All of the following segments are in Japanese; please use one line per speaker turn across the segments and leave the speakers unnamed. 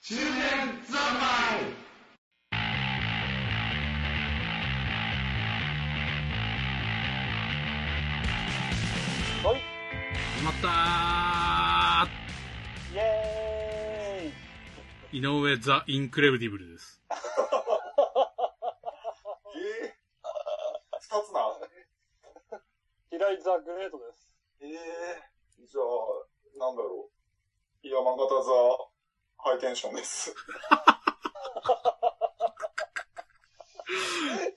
周年三昧
はい、
始まった
イエーイ
ー井上ザ・インクレブディブルです。
ええ二つな
平井ザ・グレートです。
ええじゃあ、なんだろう。山形座、ハイテンションです。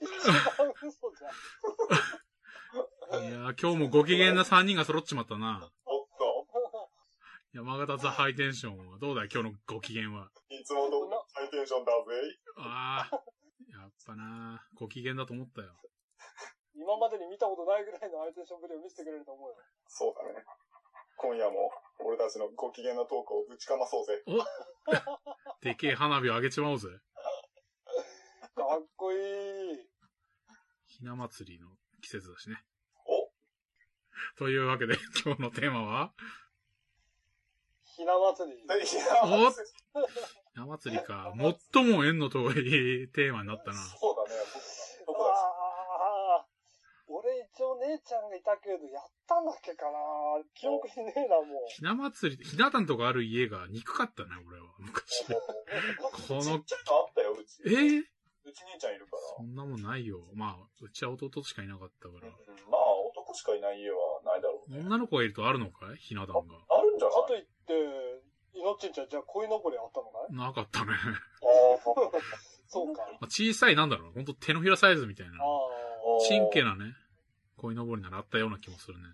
一番嘘じゃん。
いやー、今日もご機嫌な3人が揃っちまったな。
おっと、
山形ザ・ハイテンションはどうだい今日のご機嫌は。
いつも通りのハイテンションだぜ。
ああ、やっぱなー、ご機嫌だと思ったよ。
今までに見たことないぐらいの相手ションぶりを見せてくれると思うよ。
そうだね。今夜も、俺たちのご機嫌なトークをぶちかまそうぜ。
でけえ花火を上げちまおうぜ。
かっこいい。
ひな祭りの季節だしね。
お
というわけで、今日のテーマは、
ひな祭り。
で、いや、
お
そう
ひな祭りか、最も縁の遠いテーマになったな。
だね。僕僕たち、
ああ、俺一応姉ちゃんがいたけど、やったんだっけかな記憶にねえな、もう。
ひな祭り、ひな壇とかある家が憎かったね、俺は。昔。こ
ち
の
っ、ちゃいのあったよ、うち。
えー
うち兄ちゃんいるから。
そんなもんないよ。まあ、うちは弟しかいなかったか
うん
ら。
まあ、男しかいない家はないだろうね。
女の子がいるとあるのかいひな壇が。
あるんじゃな
かと
い
いって、いのっちんちゃん、じゃあ、恋のぼりあったのかい
なかったね。
ああ、
そうか。
まあ小さい、なんだろう。ほんと手のひらサイズみたいな。
ああ。
ちんけなね、鯉のぼりならあったような気もするね。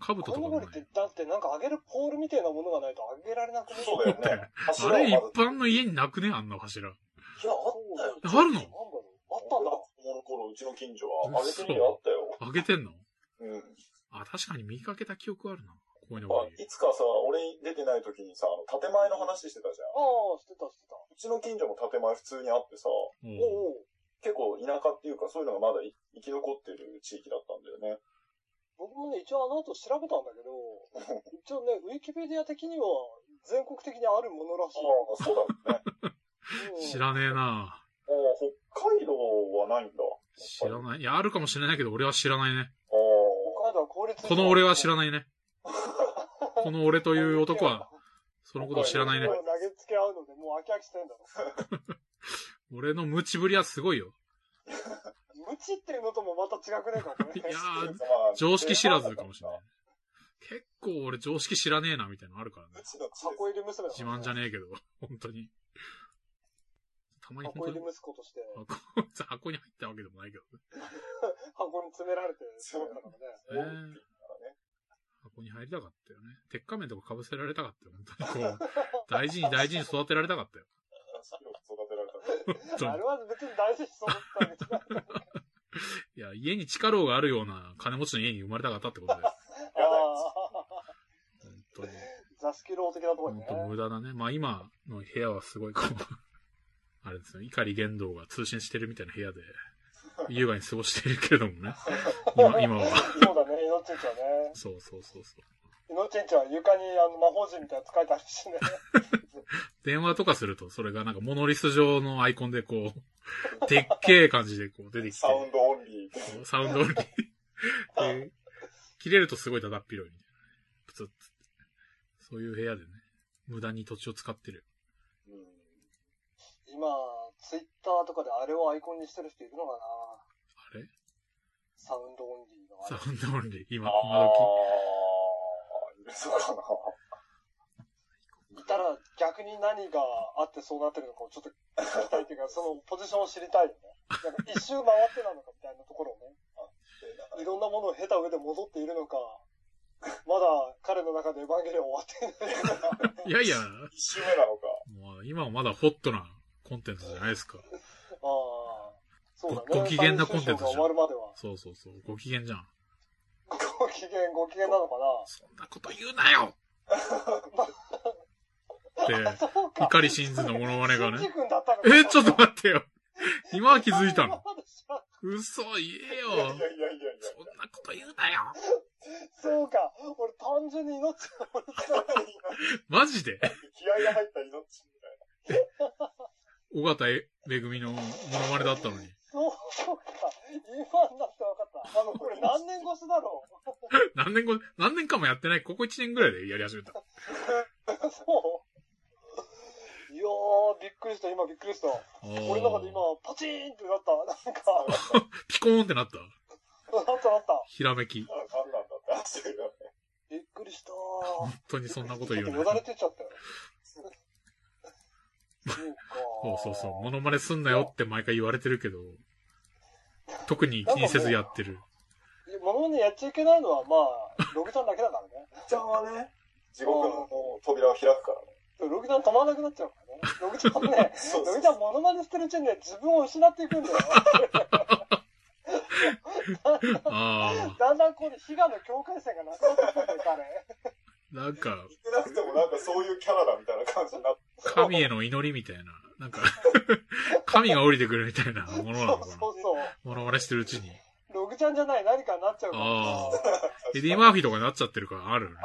かぶと
恋
とか
のぼ
も
りっ
な
て
い。、
だってなんかあげるポールみたいなものがないとあげられなくね
そうだよね。
あれ一般の家になくねあんな柱。
いや、あったよ。
あるの
なんだろうあ
あ
ったんだ。
の頃、うちの近所は、あげてみりゃあったよ。
あげてんの
うん。
あ、確かに見かけた記憶あるな。鯉の
まあ
ぼ、り。
いつかさ、俺出てない時にさ、あの建前の話してたじゃん。
ああ、してたしてた。
うちの近所も建前普通にあってさ、
おう
おうおう
結構田舎っていうか、そういうのがまだい生き残ってる地域だったんだよね。
僕もね、一応あの後調べたんだけど、一応ね、ウィキペディア的には全国的にあるものらしい。
ああ、そうだね。
うん
知らねえな
ああ、北海道はないんだ。
知らない。いや、あるかもしれないけど、俺は知らないね。
ああ、
北海道は公立
この俺は知
ら
らないね。この俺という男は、そのことを知らないね
投。げつけ合うので、もう飽き飽きしてんだろ。
俺の無知ぶりはすごいよ。
無知っていうのともまた違くねえか、これ。
いやー、
まあ
常識知らずかもしれない。。結構俺常識知らねえな、みたいなのあるから
う
ね。
ちの地
箱入り娘だ
自慢じゃ
ね
ねえけど、本当に。たまに
箱
本
入
当
り
に、
息子として、
箱、 箱に入ったわけでもないけど
箱に詰められて、
そう
だからね。
ええ
ね。ねえ箱に入りたかったよね。鉄仮面とか被せられたかったよ、本当にこう。大事に大事に育てられたかったよ。
よく育てられたね。
本当
あ
に
れは別に大事にそうったわけじゃない。
いや、家に力があるような金持ちの家に生まれたかったってことだよ。
ああ、
本当に。
座敷牢的なところに
本
ね。
当無駄だね。まあ今の 部屋はすごいこう、あれですよ、碇玄道が通信してるみたいな部屋で、優雅に過ごしているけれどもね。今今は。
そうだね、イノチンチはね。
そうそうそうそう。
イノチンチは床にあの魔法陣みたいなの使えたりしてね。
電話とかすると、それがなんかモノリス上のアイコンでこう、でっけえ感じでこう出てきて
サ、ウンドオンリーで。
サウン ドに。で、切れるとすごいだだっ広いみたいなね。プツッつって。そういう部屋でね、無駄に土地を使ってる。
うん
今、ツイッターとかであれをアイコンにしてる人いるのかな
あれ
サウンドオンリーのあ
サ
れ。
ウンドオンリー、今、今
あ
時。
ーいるそうかな。
いたら逆に何があってそうなってるのかをちょっと聞きたいっていう か、そのポジションを知りたいよね。なんか一周回ってなのかみたいなところを ね。いろんなものを経た上で戻っているのか、まだ彼の中でエヴァンゲリオン終わってい ないのか。
いやいや、
一周目なのか。
もう今はまだホットなコンテンツじゃないですか。
ああ、そうだね。
ごご機嫌なコンテンツじゃ
最終章が
ん
終わるまでは。
そうそうそう、ご機嫌じゃん。
ご機嫌、ご機嫌なのか
そんなこと言うなよ
な。
って、
そうか。
碇シンズのモノマネが
シンジ
ね。
君だったのか
え、ちょっと待ってよ。今は気づいたの。
今まで知らん
嘘言え
いやい
よ
やい。やいやいや。
そんなこと言うなよ。
そうか。俺単純に命が俺
マジで
気合が入った命みたいな。
尾形えめぐみのモノマネだったのに。
そうそうか。今になって分かった。あの、これ何年越しだろう。
何年後、何年間もやってない、ここ1年ぐらいでやり始めた。
そういやー、びっくりした、今びっくりした。俺の中で今、パチーンってなった。なんか、
ピコーンってなった。
なったなった。
ひらめき。
なんなんだって話だけどね。
びっくりしたー。
本当にそんなこと言う
ちょっよ
なよ
だれ。出ちゃ ったよ。そうか。
そうそうそう。モノマネすんなよって毎回言われてるけど、特に気にせずやってる。
いや物にやっちゃいけないのは、まあ、ログちゃんだけだからね。
ちゃんはね、地獄の扉を開くからね。
ログちゃん止まらなくなっちゃうからね。ログちゃんね、
そう
ログちゃんモノマネしてるうちにね、自分を失っていくんだよ。
あ
だんだんこう、ね、悲願の境界線がなくなってくるんだよ、彼。
あ、なんか、
似てなくてもなんかそういうキャラだみたいな感じになって。
神への祈りみたいな、なんか、 神が降りてくるみたいなものなのかな。
そうそうそう。
モノマネしてるうちに。
ログちゃんじゃない何かになっちゃうから
あ
さ。
エディ・マーフィーとかになっちゃってるからあるよね。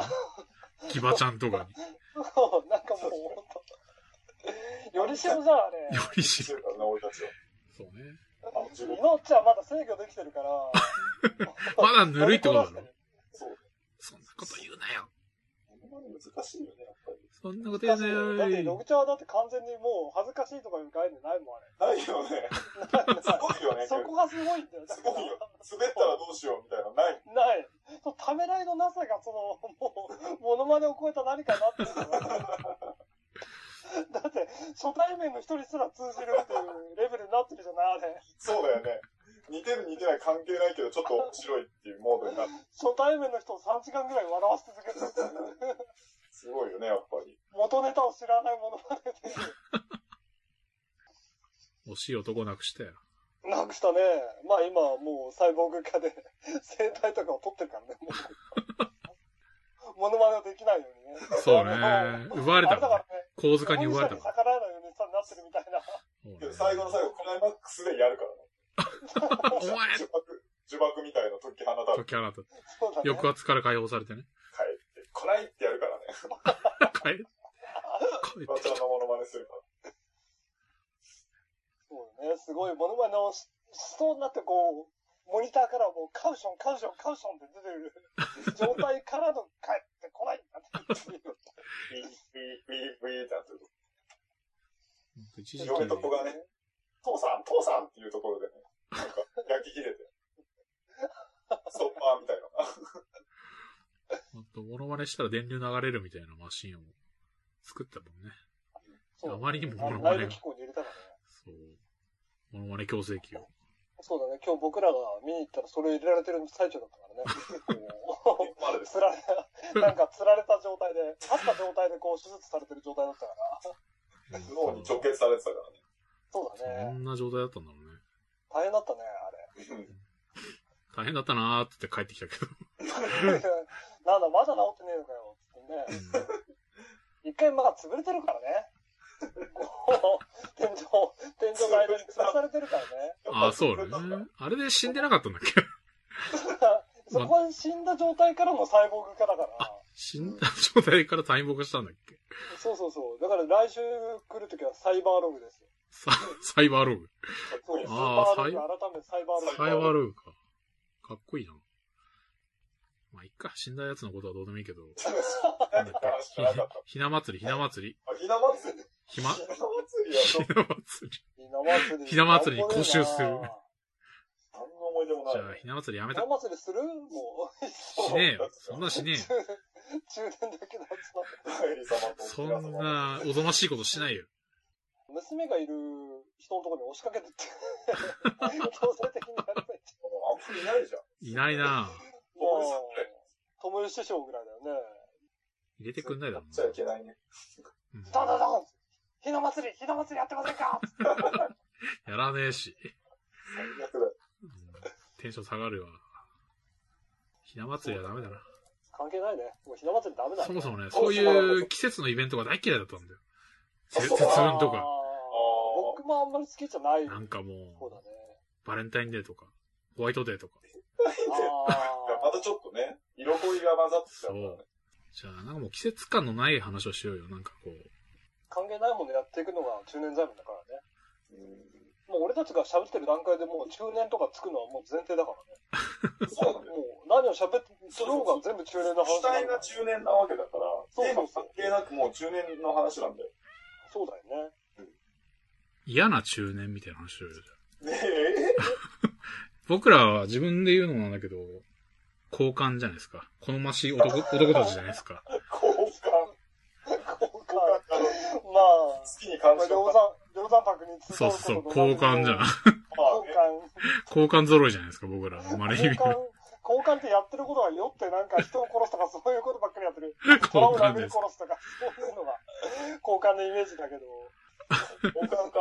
ギバちゃんとかに。
そうなんかもう本当。よりしおじゃん、あれ
よ。りし
中からね、俺たちは。
そうね。
命はまだ制御できてるから。
まだぬるいってことだろ。
そう。
そんなこと言うなよ。
難しいよね、やっぱり。
そんなこと言
難しいよ
う
だっ
な
て、
よ
ロ。グちゃんはだって完全にもう恥ずかしいとかいう概念ないもん、あれ。
ないよね。すごいよね。
そこがすごいんだよ。だ
す
か
ごいよ。滑ったらどうしようみたいなのない。
らない。そのためらいのなさが、その、もう、モノマネを超えた何かにな ってるから。だって、初対面の人にすら通じるっていうレベルになってるじゃない、あれ。
そうだよね。似てる似てない関係ないけど、ちょっと面白いっていうモードになって。
初対面の人を3時間ぐらい笑わせ続けるっていう。
すごいよね、やっぱり。
元ネタを知らないものまでで。
惜しい男なくしたよ。
なくしたね。まあ今はもうサイボーグ化で生態とかを取ってるからね。もうモノマネをできないようにね。
そう
あ
ね
の。
奪われ
あ
た
れだから
か
ら
ね。
ね。
小塚に奪われた
本
か
社に逆らえないようにさ、なってるみたいな。
け
ら。
ど最後の最後、クライマックスでやるか
お
らね。
前
呪縛、呪縛みたいな解き放たれ
時あなた、
そうだね。
抑圧から解放されてね。
帰って、来ないってやるからね。
帰っ、帰
バ
って
ちゃ
き
んのモノマネするから。
そうね。すごいモノマネをししそうになってこう、モニターからもうカウション、カウション、カウションって出てる状態からの帰ってこないんだって いう。
ビー、ビー、ビー、ビーってなってる。
た。一時期、
嫁と子がね、父さん、父さんっていうところでね、なんか焼き切れて、ストッパーみたいなのが。
ほんと、モノマネしたら電流流れるみたいなマシンを作ったもんね。
そう
あまりにもモノマ
ラ
ネが
イブ機構に入れたからね。
そう。モノマネ強制器を。
そうだね。今日僕らが見に行ったらそれ入れられてる最中だったからね。こう
あれです。
つられ、なんかつられた状態で、立った状態でこう手術されてる状態だったから。
脳に直結されてたからね。
そうだ
そ
ね。
んな状態だったんだろうね。
大変だったね、
大変だったなーって言って帰ってきたけど。
あれ。 なんだ、まだ治ってねえのかよ、つってね。一回まだ潰れてるから ね。こう天井、天井の間に潰されてるからね。
ああ、そうだね。あれで死んでなかったんだっけ
そこで死んだ状態からもサイボーグ化だから。
死んだ状態から退牧したんだっけ
そうそうそう。だから来週来るときはサイバーログですよ。
ササイバーローグ。
そう、スー
あ
パ
ー
ーログ、改めてサイバーログ。
サイバーローグか。かっこいいな。まあ、いっか。死んだやつのことはどうでもいいけど。なんだっけ ひ
話がなかった。
ひな祭り、ひな祭り。
あひな祭り。
ひま、
ひ
ひ
な祭りやと、
な祭り。
ひな祭り。
ひな祭りに固執する
何の思い出もない
じゃあ、。ひな祭りやめ
ひ
た
な。祭りするもう。
しねえよ。そん なしねえよ。
充充電だけの集まって
帰り様と
そ
お寺様
んな、おぞましいことしないよ。
娘がいる人のところに押しかけて って、強制的にやればいいじ
あんまりいないじゃん。
いないな
ゃん。もう、友よ師匠ぐらいだよね。
入れてくんないだろ
やっちゃいうけないね。
な
ダダダンひな祭りひな祭りやってませんか
うん。やらねえし。
最悪だよ。
うんテンション下がるわ。ひな祭りはダメだな。
関係ないね。もうひな祭りダメだね。
そもそもね、そういう季節のイベントが大嫌いだったんだよ。せ節分
あ
と
ー
か。
僕もあんまり好きじゃない。
なんか
そうだ
も
ね。
う、バレンタインデーとか、ホワイトデーとか。
あ
またちょっとね、色恋が混ざってきた
そう。じゃあ、なんかもう季節感のない話をしようよ。なんかこう、
ー関係げないものやっていくのが中年財務だからね。
うん
もう俺たちが喋ってる段階でもう中年とかつくのはもう前提だからね。
そうだね。
もう何を喋って、スローが全部中年の話
主
な
体
んだ
が中年なわけだから、
そう
テー
そう
マ
そう
関係なくもう中年の話なん だよ。
そうだよね。
嫌な中年みたいな話を
ねえ、
僕らは自分で言うのもなんだけど、好感じゃないですか。好ましい男、男たちじゃないですか。
交換。
交換
交。換あの
まあ、
好きに感
まあ
じ
量
を。
産、量産パクに
そうそう、
交
好感じゃ
交換。。
ん
まあね
好感揃いじゃないですか、僕ら。生まれに見
交換
る。、
交換ってやってることは酔ってなんか人を殺すとかそういうことばっかりやって る。
好
を
感
殴り
です。
殺すとかそういうのが交換のイメージだけど。
交換か。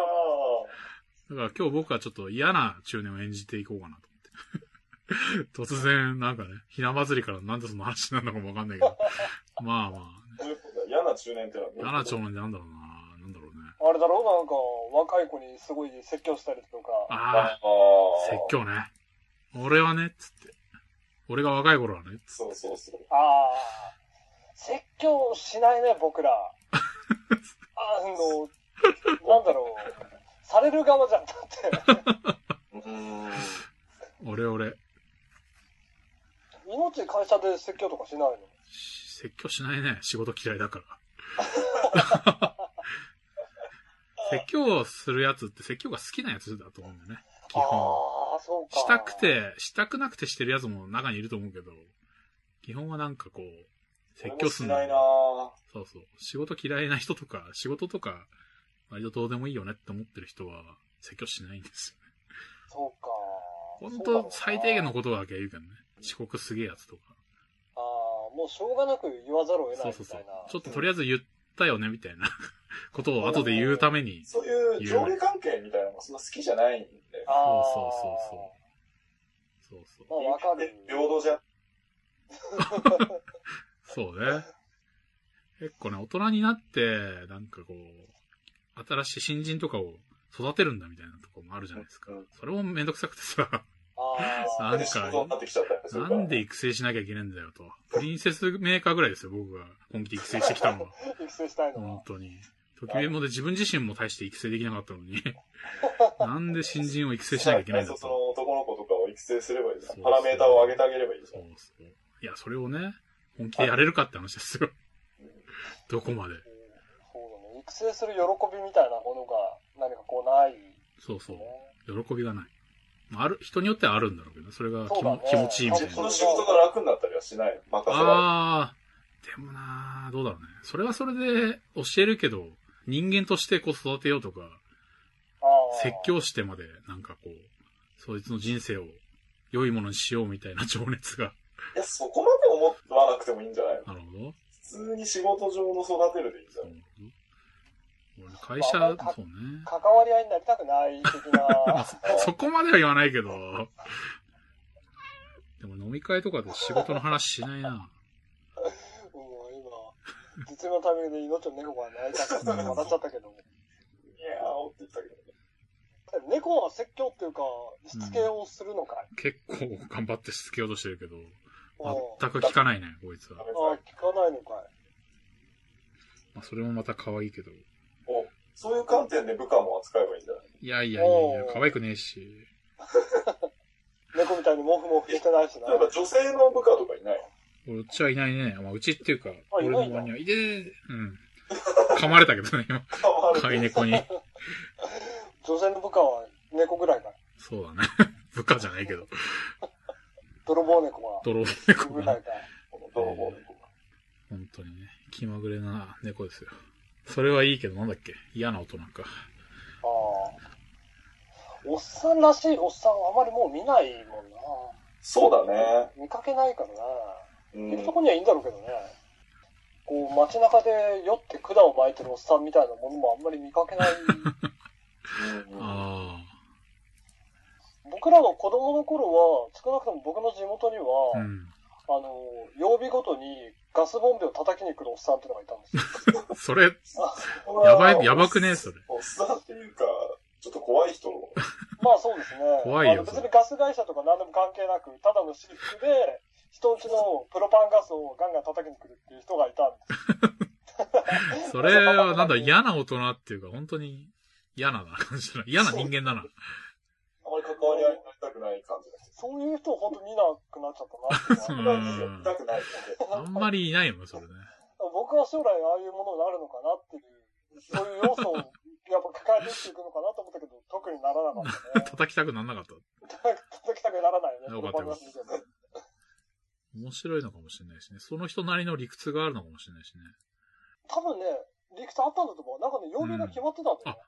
だから今日僕はちょっと嫌な中年を演じてい こうかなと思って。突然、なんかね、ひな祭りからなんでその話になるのかもわかんないけど。まあまあ、
どういうことだ嫌な中年ってのはどういうこと
嫌な中年ってなんだろうな。なんだろうね。
あれだろうなんか、若い子にすごい説教したりとか。
ああ、
あー
説教ね。俺はね、つって。俺が若い頃はね、
そうそうそう。
ああ、説教しないね、僕ら。 あの、なんだろう。される側じゃん、だって。
うーん。
俺俺、
命会社で説教とかしないの。
説教しないね。仕事嫌いだから。 説教するやつって説教が好きなやつだと思うんだよね。基本。
ああ、そうか。
したく。て、したくなくてしてるやつも中にいると思うけど、基本はなんかこう、説教すんの
俺もしないなぁ。
そうそう。仕事嫌いな人とか、仕事とか、割とどうでもいいよねって思ってる人は、説教しないんです
そうか。
よ。本
そうだろうな
当最低限のことだけ言うけどね。遅刻すげえやつとか。
ああ、もうしょうがなく言わざるを得な
そう
い
そう
み
そ
た
う
いな。。
ちょっととりあえず言ったよね、みたいな ことを後で言うために。
そういう上下関係みたいなのがそんな好きじゃないんで。
ああ
そうそうそうそそうそう。
まあ、わか る。
平等じゃん。
そうね。結構ね、大人になって、なんかこう、新しい新人とかを育てるんだみたいなとこもあるじゃないですか
うん。
それもめんどくさくて さ、
あ
な
あ
ん、か
仕事になってきちゃったりする
な
から
んで育成しなきゃいけないんだよと。プリンセスメーカーぐらいですよ、僕が本気で育成してきたのは。
育成したいのは
本。当に。ときめもで自分自身も大して育成できなかったのに。なんで新人を育成しなきゃいけないんだ
最
と。
初その男の子とかを育成すればいいじゃ
そ
ん。
う
パラメーターを上げてあげればいいじ
そ
ゃん
う。そう。いや、それをね、本気でやれるかって話ですよ。 どこまで。
うんそうだね。育成する喜びみたいなものが何かこうない、ね。
そうそう。喜びがない。まあある、人によってはあるんだろうけどね。それが
そう
気,、
だね
気持ちいいみたい
で
う
こ
な。
の仕事が楽になったりはしない。任せられる。
あー、でもなーどうだろうね。それはそれで教えるけど、人間としてこう育てようとか、
ああ
説教してまで、なんかこう、そいつの人生を良いものにしようみたいな情熱が。
いや、そこまで思わなくてもいいんじゃないの
なるほど。
普通に仕事上の育てるでいいじゃ
そ
ん
う。俺会社、
まああんまり
そうね。
関わり合いになりたくない的な。
そこまでは言わないけど。でも飲み会とかで仕事の話しないな。
もう今、絶妙のタイミングで命の猫が泣いたって笑っちゃったけ ど。
いやー、おって言ったけどね。
猫は説教っていうか、しつけをするのかい。
結構頑張ってしつけようとしてるけど、
うん
全く聞かないね、こいつは。
ああ、聞かないのかい。
まあ、それもまた可愛いけど。
おそういう観点で部下も扱えばいいんじゃない
いやいやいやいや
お、ー
可愛くねえし。
猫みたいにモフモフしてないしな。
例えば女性の部下とかいない
俺うちはいないね。まあ、うちっていうか、俺
い
の
ないん
周り
だ
にはいてー、うん。噛まれたけどね、今。
変わ
飼い
る。
猫に。
女性の部下は猫ぐらいかい。
そうだね。 部下じゃないけど。
泥棒猫は
泥棒
猫
猫
ぐ
が
ら
ね。
いかい。
この泥棒猫が。
本当にね。気まぐれな猫ですよ。それはいいけど、なんだっけ嫌な大人か。
ああ。おっさんらしいおっさんはあまりもう見ないもんな。
そうだね。
見かけないからな。
うん
いるとこにはいいんだろうけどね。こう街中で酔って管を巻いてるおっさんみたいなものもあんまり見かけない。
あ
僕らが子供の頃は、少なくとも僕の地元に
あ。う
は、
ん。
あの、曜日ごとにガスボンベを叩きに来るおっさんっていうのがいたんですよ。
それ、や
や
ばい、やばくねそれ。
おっさんっていうか、ちょっと怖い人。
まあそうですね。
怖いよ
あの別にガス会社とか何でも関係なく、ただの私服で、人んちのプロパンガスをガンガン叩きに来るっていう人がいたんです。
それはなんだ、嫌な大人っていうか、本当に嫌な感じだな。嫌な人間だな。
あまり関わり合いになりたくない感じだし。
そういう人を本当見なくなっちゃったなってい
う
うのは。
ん
なりたくない。
あんまりいないよね、それね。
僕は将来ああいうものになるのかなっていう、そういう要素をやっぱ抱えてっていくのかなと思ったけど、特にならなかった ね。
叩きたくなんなかった。
叩きたくならないね。
よかったです
この番組見てて
面白いのかもしれないしね。その人なりの理屈があるのかもしれないしね。
多分ね、理屈あったんだと思う。なんかね、曜日が決まってたんだよね。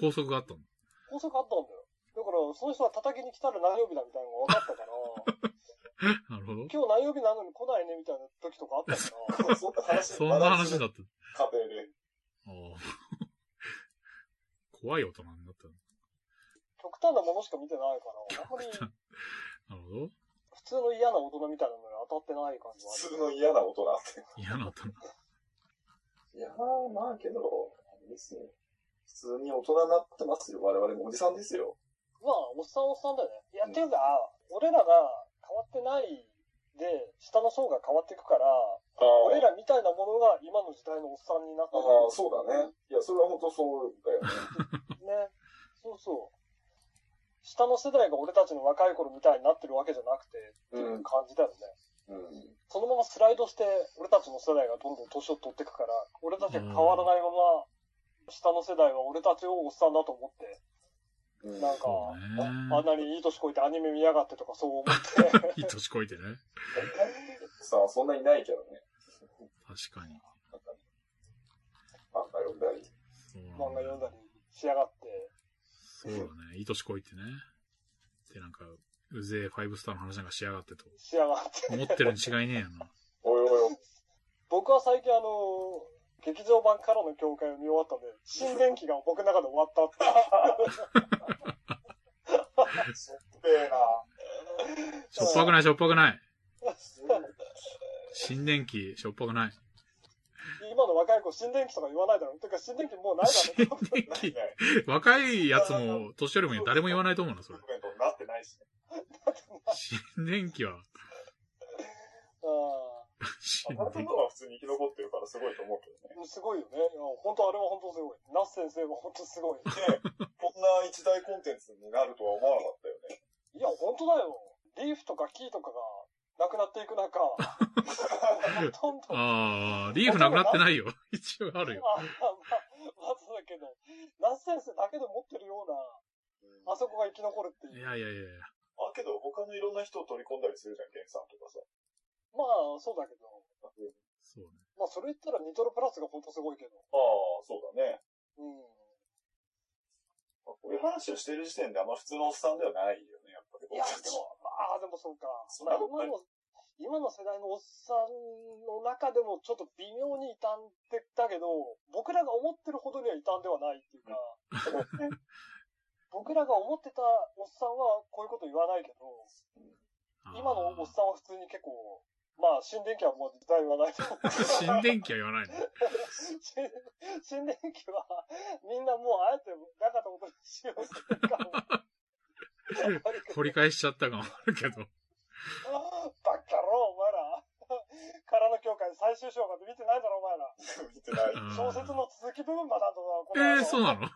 法則があったの。
法則あったんだよ。だから、その人は叩きに来たら何曜日だみたいなのが分かったから、
なるほど。
今日何曜日なのに来ないねみたいな時とかあったから、
そんな話、
そんな話だった。
家庭で。
ああ怖い大人になった
極端なものしか見てないから、あんまり普
な。なるほど。
通の嫌な大人みたいなのに当たってない感じはあ
普
る。
通の嫌な大人って。
嫌な大人。
いやー、まあけど、あれですね。普通に大人になってますよ。我々もおじさんですよ。
まあ、おっさんおっさんだよね。いや、
うん
っていうか、俺らが変わってないで、下の層が変わっていくから、
あ
俺らみたいなものが今の時代のおっさんになっ
あ
た
ー、そうだね。いや、それは本当そうだ よね。
ね。そうそう。下の世代が俺たちの若い頃みたいになってるわけじゃなくて、っていう感じだよね。
うん。
そのままスライドして、俺たちの世代がどんどん年を取っていくから、俺たちが変わらないまま、下の世代は俺たちをおっさんだと思って、
うん
なんか、
そうね
ああんなにいい年こいてアニメ見やがってとかそう思 って、
いい年こいてね。
さあ、そんなにないけどね。
確かに。
漫画読んだり。
そう
漫画
なんだ
読んだりしやがって、
そうだね。いい年こいてね。で、なんか、うぜえファイブスターの話なんかしやがってと。
しやがって。
思ってるに違いねえよな。
おいおいおい。
僕は最近あの、劇場版からの教会を見終わったんで、新電気が僕の中で終わったっていう
そっぺえな。
しょっぱくない、しょっぱくない。新電気、しょっぱくない。
今の若い子、新電気とか言わないだろ。てか、新電気もうない
新
だろ。
電
い
気。
ない。
若いやつも、年寄りも誰も言わないと思うな、それ
コ。メントになってないしね。
新電気は、
う
新
あなた
電気。
のは普通に生き残ってるからすごいと思うけどね。
ん、すごいよね。いや本当あれは本当すごい。ナス先生は本当すごい。
ねこんな一大コンテンツになるとは思わなかったよね。
いや、本当だよ。リーフとかキーとかがなくなっていく 中、ほとんど。
ああ、リーフなくなってないよ。一応あるよ。
まあ、まあ、まずだけど、ナス先生だけで持ってるような、あそこが生き残るって
い
いう。
やいやいやいや
あ、けど他のいろんな人を取り込んだりするじゃん、ケンさんとかさ。
まあ、そうだけど。
そうね。
まあ、それ言ったらニトロプラスが本当すごいけど。
ああ、そうだね。
うん。
まあこういう話をしてる時点であんま普通のおっさんではないよね、やっぱり。
いや、でも、まあ、でもそうか。
そん
まあ
なことな
今
い
の、今の世代のおっさんの中でもちょっと微妙に傷んでたけど、僕らが思ってるほどには傷んではないっていうか、僕らが思ってたおっさんはこういうこと言わないけど、
あー
今のおっさんは普通に結構、まあ、新電気はもう絶対言わないと 思う。
新電気は言わないの。
新新電気は、みんなもうあえてなかったことにしようとするから。
掘り返しちゃった感はあるけど。
バカロお前ら。 からの教会最終章まで見てないだろ、お前ら。
見てない。
うん
小説の続き部分まであんだぞ、この
ええー、そうなの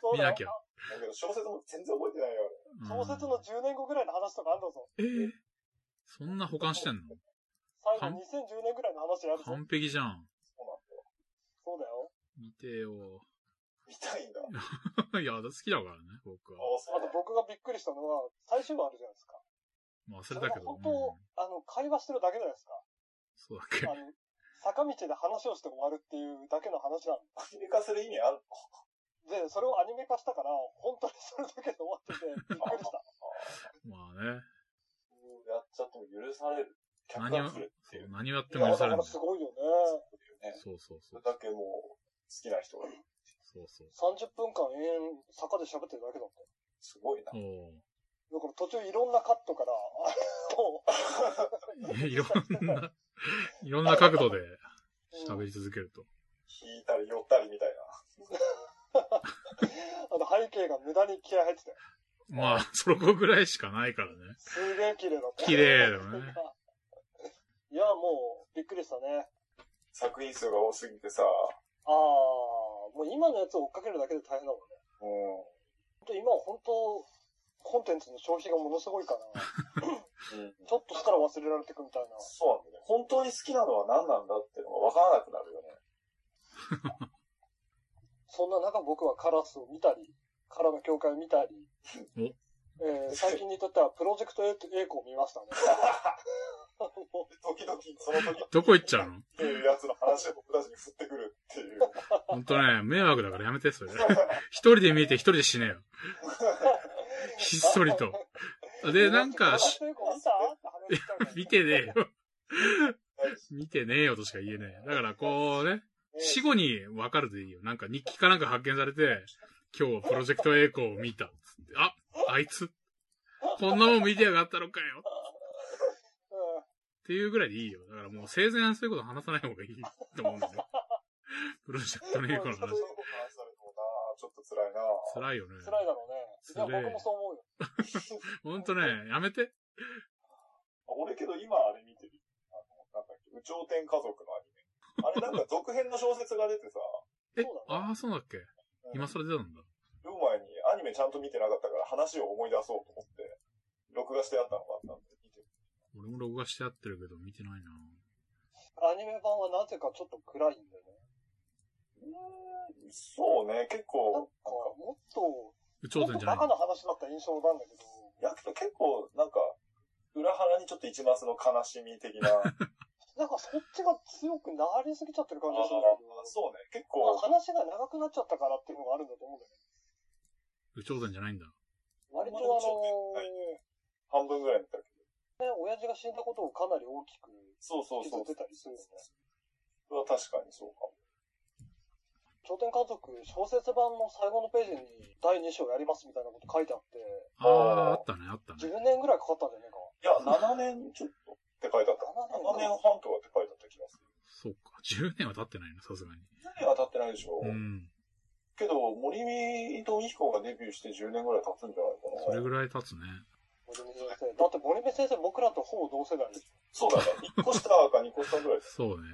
そうだよ
見なきゃ
だけど小説も全然覚えてないよ。
小説の10年後ぐらいの話とかあんだぞ。
ええー そんな保管してんの
最
完
後2010年ぐらいの話やるぞ。
完璧じゃん。
そうなんだよ。
そうだよ。
見てよ。
見たいんだ。あ、
いや、好きだからね、僕は。
そ
あ
う
と
だ。
僕がびっくりしたのは、最終話あるじゃないですか。
まあ、忘れたけど。
それが本当、あの、会話してるだけじゃないですか。
そうだっけ
あの、坂道で話をして終わるっていうだけの話なん
アニメ化する意味ある
で、それをアニメ化したから、本当にそれだけで終わってて、びっくりした。
まあね。
のやっちゃっても許される。客
何を、
が
そ
来るっていうう。
何をやっ
い
ても
や
許
だ
さ
か
れるん
ら
だよ。
すごいよね。
そうそうそ
そうれ。だけもう、好きな人がいる。
そうそう。
30分間延々坂で喋ってるだけだったよ
すごいな。
お
だから途中いろんなカットから、あの
ーいろんな、 いろんな角度で喋り続けると。
引いたり寄ったりみたいな。
あの背景が無駄に気合入ってたよ。
まあ、そこぐらいしかないからね。
すげえ綺麗だった。
綺麗だよね。
いや、もう、びっくりしたね。
作品数が多すぎてさ、
ああ、もう今のやつを追っかけるだけで大変だもんね。
うん。
本当今は本当、コンテンツの消費がものすごいから、
うん、
ちょっとしたら忘れられてくみたいな。
そうなんだよね。本当に好きなのは何なんだってのが分からなくなるよね。
そんな中僕はカラスを見たり、カラの教会を見たり、
お
えー最近にとってはプロジェクト A 子を見ましたね。もう
時々、その時々っ
どこ行っちゃうの
ていうやつの話を僕たちに振ってくるっていう。
ほんとね、迷惑だからやめて、それ。一人で見て一人で死ね よ。ひっそりと。 で、なんか、し
プロジェクト A 子見たって話しちゃうから
見てねえよ。見てねえよとしか言えねえ。だからこうね、死後に分かるでいいよ。なんか日記かなんか発見されて、今日プロジェクト A 子を見た。つってあ、あいつ、こんなもん見てやがったのかよ。っ
うん
ていうぐらいでいいよ。だからもう生前そういうこと話さない方がいいと思うんだよね。プロジェクト A 子の
そう
話
い。う こと話されてもな、ちょっと辛いな。
辛いよね。
辛いだろうね。いや、僕もそう思うよ。
ほんとね、やめて。
俺けど今あれ見てる。あの、なんだっけ、宇宙天家族のアニメ。あれなんか続編の小説が出てさ、
え
そう、だね
ああ、そうだっけ今更出たんだ。
読む前にアニメちゃんと見てなかったから話を思い出そうと思って、録画してあったのがあったんで、見てる。
俺も録画してやってるけど、見てないな
アニメ版はなぜかちょっと暗いんだよね。
うーん、そうね、結
なん
構、
か、もっと、も
有頂
っ
天
と
じゃない
バカな話だった印象なんだけど、
いや、結構、なんか、裏腹にちょっと一抹の悲しみ的な。 あ
なんかそっちが強くなりすぎちゃってる感じがするんだけど、
そうね、結
まあ
構、
話が長くなっちゃったからっていうのがあるんだと思うんだよね。
有頂天じゃないんだ。
割とあの
はい半分ぐらい見たけど。
ー、ね、親父が死んだことをかなり大きく、
そうそうそう。
削ってたりするよね
それは確かにそうかも。
頂点家族小説版の最後のページに第2章やりますみたいなこと書いてあって、
ああ、あったね、あったね。
10年ぐらいかかったんじゃねえか。
いや、7年ちょっとって書いてあった。
7
7年
年か。
半とかって書いてあった気がす
そ
る。
うか。10年は経ってないな、さすがに。
何が当たってないでしょう。
うん。
けど、森見と美彦がデビューして10年ぐらい経つんじゃない
そ
か
れぐ
な。
らい経つね。
森部先生だって森部先生僕らとほぼ同世代でしょ。
そうだね。1個下か2個下ぐらいです。
そうね。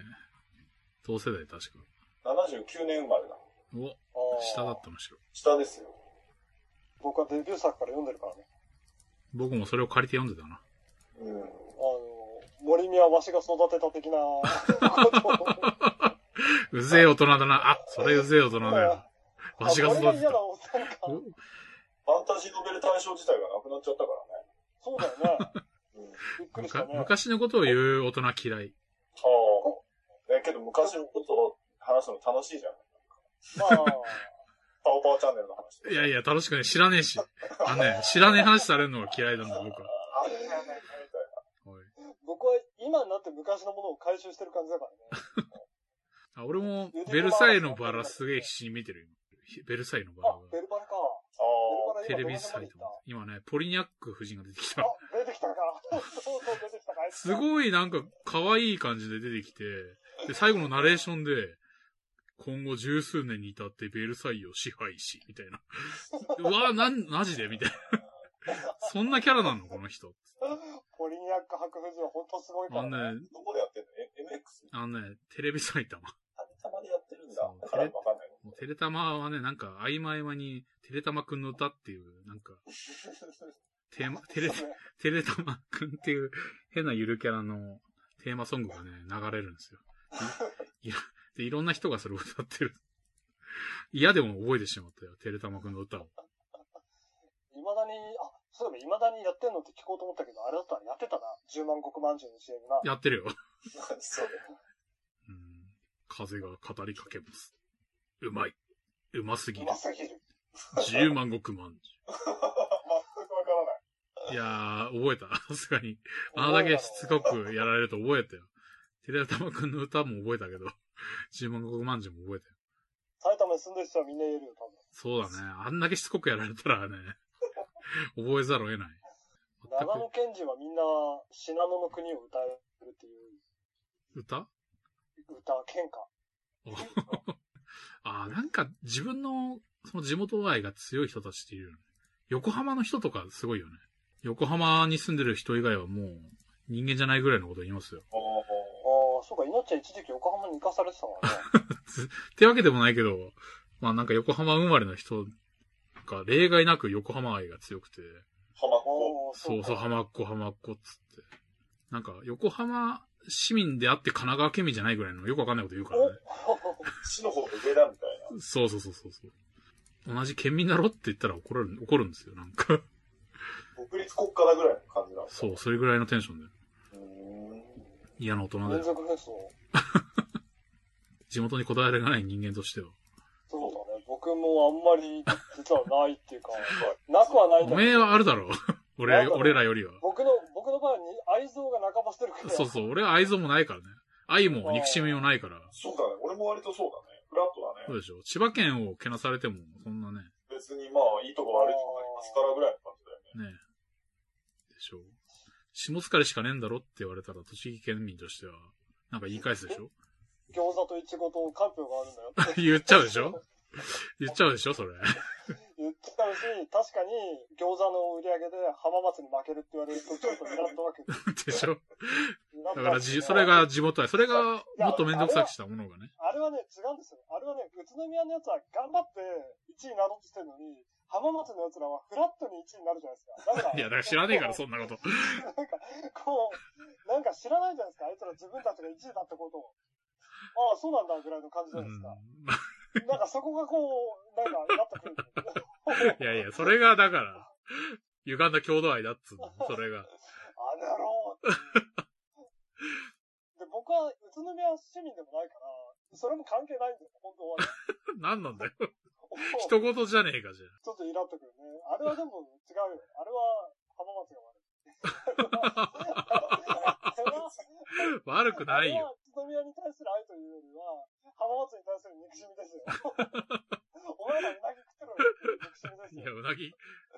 同世代確か。
79年生まれだ。
お、
あー
下だったむしろ。
下ですよ。
僕はデビュー作から読んでるからね。
僕もそれを借りて読んでたな。
うん。
あの、森宮はわしが育てた的 なことを。
うぜえ大人だな。あ、それうぜえ大人だよ。わしが
あこれ
育て
嫌
た
な。おっさんか。
お
ファンタジーノベル大賞自体がなくなっちゃったからね。
そうだよね。
うん。
びっく
む
りした
か
ね。
昔のことを言う大人嫌い。
ああ。ね、けど昔のことを話すの楽しいじゃん。
まあ、
パオパオチャンネルの話。
いやいや、楽しくね、知らねえし。あのね、知らねえ話されるのが嫌いなんだ、僕は。
あれね、みたいな。
おい
僕は今になって昔のものを回収してる感じだからね。
あ俺も、ベルサイユのバラすげえ必死に見てるよ。ベルサイユのバラ
あ
が、。
ベルバラか。
ああ。
ベ
テ
ル
レ
バラ
ビ
今どこ
サ
まで行
イト
った
も。今ね、ポリニャック夫人が出てきた。
あ、出てきたか。そうそう、出てきたか。あいつ
すごいなんか可愛い感じで出てきて、で、最後のナレーションで、今後十数年に至ってベルサイユを支配し、み たいな。うわぁ、なん、マジでみたいな。そんなキャラなのこの人。
ポリニャック白富士は本当すごいから
あ
ね。
のね、
どこでやってんのえ ?MX?
あのね、テレビ埼玉。
あれたまでやってるんだ。
そう
だからわかんない。
もうテレタマはね、なんか、合間合間に、テレタマくんの歌っていう、なんか、テーマ、テレ、
そうね
テレタマくんっていう変なゆるキャラのテーマソングがね、流れるんですよ。いいやでいろんな人がそれを歌ってる。嫌でも覚えてしまったよ、テレタマくんの歌を。
未だに、あ、そういえば未だにやってんのって聞こうと思ったけど、あれだったらやってたな。10万石まんじゅうの CM な。
やってるよ。
何そ れ。
うん、風が語りかけます。うまい。うますぎ
う
る
ま。すぎる。
十万石万。
全くわからない。
いやー、覚えた。 さすがに。あのだけしつこくやられると覚えたよ。テレタマくんの歌も覚えたけど、 十万石万十も覚えたよ。
埼玉に住んでる人はみんな言えるよ、多分。
そうだね。あんだけしつこくやられたらね、 覚えざるを得ない。全
長野県人はみんな、信濃の国を歌えるっていう
く歌
歌、喧嘩。
ああ、なんか自分のその地元愛が強い人たちっているよね。横浜の人とかすごいよね。横浜に住んでる人以外はもう人間じゃないぐらいのこと言いますよ。
ああ。
ああ、そうか、いのちゃん一時期横浜に行かされてたからね。
ってわけでもないけど、まあなんか横浜生まれの人が例外なく横浜愛が強くて、
浜っ子。
おー
そうそう、
か
浜っ子浜っ子っつって。なんか横浜市民であって神奈川県民じゃないぐらいのよくわかんないこと言うからね。
死の方が上だみたいな。
そうそうそうそうそう。同じ県民だろって言ったら怒られる、怒るんですよ、なんか。
独立国家だぐらいの感じなの。
そう、それぐらいのテンションで。
うーん。
嫌な大人
民
で。
族フェスを。
地元にこだわりがない人間としては。
そうだね。僕もあんまり実はないっていうか、なくはないん
お
だ
め
け
え
ど。
はあるだろう。俺ら、俺らよりは。
僕の、僕の場合はに愛憎が半ばしてるから。
そうそう、俺は愛憎もないからね。愛も憎しみもないから。
そうだね。俺も割とそうだね。フラットだ
そ
ね。
うでしょ。千葉県をけなされても、そんなね、
別にまあ、いいとこ悪いとこありますからぐらいの感じだよね。
ねえ。でしょ。下疲れしかねえんだろって言われたら、栃木県民としては、なんか言い返すでしょ
餃子とイチゴとカンピョンがあるんだよ。
言っちゃうでしょ言っちゃうでしょそれ。
言ってたし、確かに餃子の売り上げで浜松に負けるって言われるとちょっとイラっとわけです。
でしょ
だ
だからじ、それ。が地元愛。それが、もっとめんどくさくしたものがね。
あれはね、違うんですよ。あれはね、宇都宮のやつは頑張って1位になろうとしてるのに、浜松のやつらはフラットに1位になるじゃないですか。だから
いや、だから知らねえから、そんなこと。
なんか、こう、なんか知らないじゃないですか。あいつら自分たちが1位だってことを。ああ、そうなんだぐらいの感じじ
う
ゃないです
ん
か。。なんかそこがこう、なんか、なってくるんですよ。
いやいや、それが、だから、歪んだ郷土愛だっつうの、それが。
あの野郎ってで、僕は宇都宮市民でもないから、それも関係ないんですよ、本当は、ね。
何なんだよ。
ちょ
人事じゃねえか、じゃ
っとイラっとくるね。あれはでも違うよ。あれは浜松が悪い。あれは
あ。悪くないよ。。
宇都宮に対する愛というよりは、浜松に対する憎しみですよ。お前らうなぎ食ってるのに憎しみです
い
よ
や、。うなぎ、う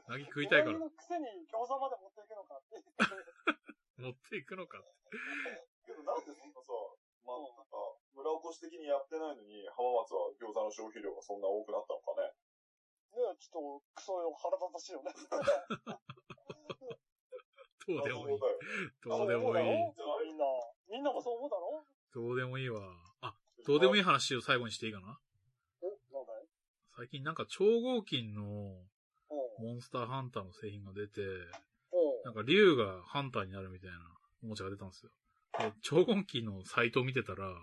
なぎ食いたいから
う、なぎのくせに餃子まで持っていくのかっていう。
持っていくのか。
けどなんでそんなさ、まあ、なんか、村おこし的にやってないのに、浜松は餃子の消費量がそんな多くなったのかね。
ねえちょっと、クソよ、腹立たしいよね。
どうでもいい
謎。だよね。
どうでも
そう
いい。
だろみんな、みんなもそう思うだろ
どうでもいいわ。あ、どうでもいい話を最後にしていいかな
え、なんだい
最近なんか超合金の
うん。
モンスターハンターの製品が出て、
う
なんか竜がハンターになるみたいなおもちゃが出たんですよ。で、超合金のサイトを見てたら、
ん。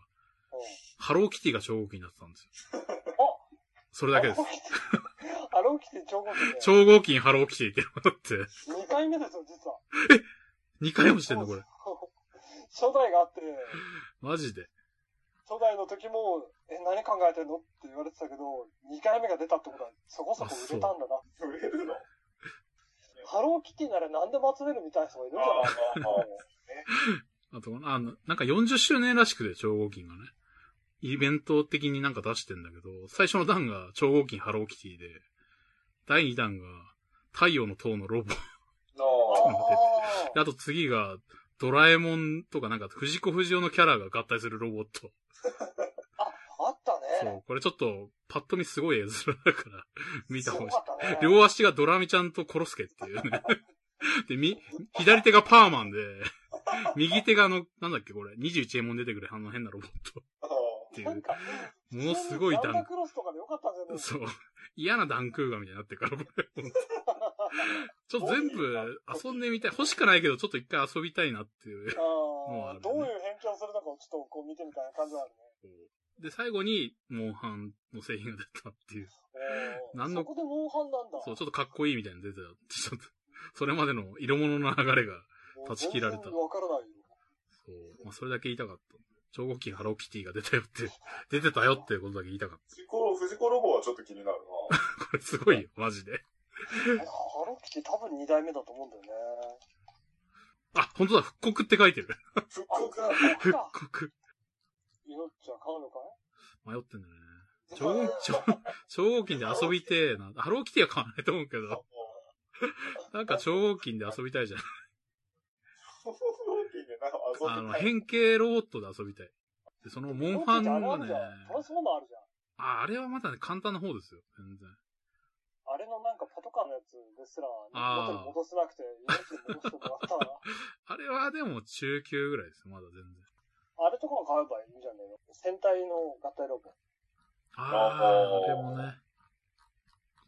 ハローキティが超合金になってたんですよ。それ
あ
だけです。。
アローキティ超合金で。
超合金ハローキティっていうのがあって、
2回目ですよ、実は。
2回もしてんのこれ。
初代があって、
マジで。
初代の時も、え、何考えてんのって言われてたけど、2回目が出たってことは、そこそこ売れたんだな。
売れるのあ
ハローキティなら何でも集めるみたいな人がいるんじゃない
あ、まあ、まあ。
あと、あの、なんか40周年らしくて、超合金がね。イベント的になんか出してんだけど、最初の段が超合金ハローキティで、第2弾が太陽の塔のロボ。
なあ。
あ
であと次がドラえもんとかなんか藤子不二雄のキャラが合体するロボット。
あ、あった
そ
ね。
う、これちょっとパッと見すごい絵面だから、見た
すご
方がいい
か。ったね。
両足がドラミちゃんとコロスケっていうね。で、み、左手がパーマンで、右手があの、なんだっけこれ、21エモン出てくるあの変なロボットっ
ああ
てい
なん
う、
か、
ものすごい
ダンダ
段、
クロスとかでよかったんじゃない
そう、嫌なダンクーガみたいになってるから、これ、ほんとちょっと全部遊んでみたい。欲しくないけど、ちょっと一回遊びたいなっていう。
あ
もう
あ、
あるね
どういう変形をするのかをちょっとこう見てみたいな感じはあるね。
で、最後に、モンハンの製品が出たっていう。
おー
何の
そこでモンハンなんだ。
そう、ちょっとかっこいいみたいなの出てた。ちょっと、それまでの色物の流れが、
もう
断ち切られた
全然わからないよ。
そう、まあ、それだけ言いたかった。超合金ハローキティが出たよって、 出てたよってことだけ言いたかっ
藤子、藤子ロボはちょっと気になる な。
た。これすごいよ、マジで。
いやハローキティ多分2代目だと思うんだよね。
あ、本当だ、復刻って書いてる。
復
あ、
刻
そう
復
か。
刻。
命は買うのかい
迷ってんだよね。超合超超合金で遊びてえな。ハローキティは買わないと思うけど、なんか超合金で遊びたいじゃん。あの、変形ロボットで遊びたい。で、そのモンハン
ハロ
は
ーキテ
ね
ィあれあるじゃ、んトランスフォーマーあるじゃん。
あ、あれはまだね、簡単な方ですよ、全然。
あれのなんかパトカーのやつですら、
あー
元に戻せなくて、命に戻してもらったら。
あれはでも中級ぐらいですよ、まだ全然。
あれとかも買えばいいんじゃねえの戦隊の合体ロボ。
あー、あれもね、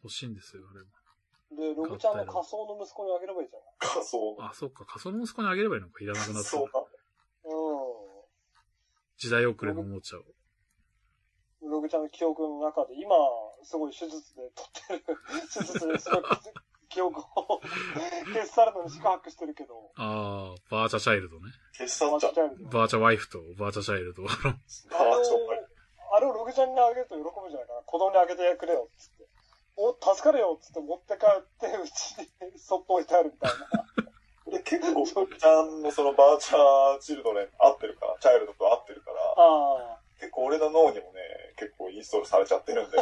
欲しいんですよ、あれも。
で、ログちゃんの仮想の息子にあげればいいじゃない
仮想の。
あ、そっか、仮想の息子にあげればいいのか、いらなくなった
そう。か。
う
時代遅れのおもちゃを。
ん。ログちゃんの記憶の中で、今、すごい手術で撮 ってる、手術ですごい記憶を消し去るのに宿泊してるけど、
あー、バーチャチャイルドね。
消し
間
去っちゃ
違
う。
えるけど
バーチャワイフとバーチャチャイルド。 あの
あれ
あ
を
あ、ちょっと待って。
あれをログちゃんにあげると喜ぶんじゃないかな。子供にあげてくれよ、つって。お、助かるよ、つって持って帰って、うちにそっと置いてあるみたいな。
で結構、ちゃんのそのバーチャーチルドレン合ってるから、チャイルドと合ってるから、
ああ。
結構俺の脳にもね、結構インストールされちゃってるんで。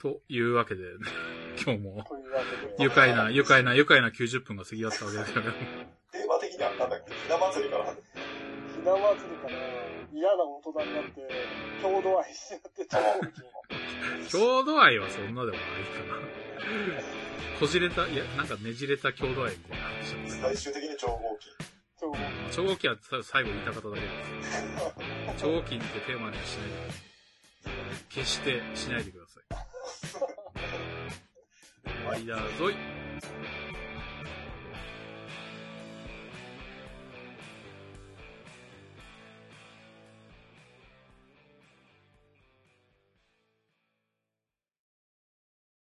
というわけで、今日も、
というわけ
愉
で。
快な、愉快な、愉快な90分が過ぎだったわけですけど、
テーマ的にはなんだっけ、ひな祭りから始まって
ひな祭りから嫌な大人になって、郷土愛し合ってた時に。
郷土愛はそんなでもないかな。こじれた、いや、なんかねじれた郷土愛みたいな話だった
最終的に超合金。
そう。
超合金はさ最後言いたかっただけです。超合金ってテーマにはしないで決してしないでください。間沿い。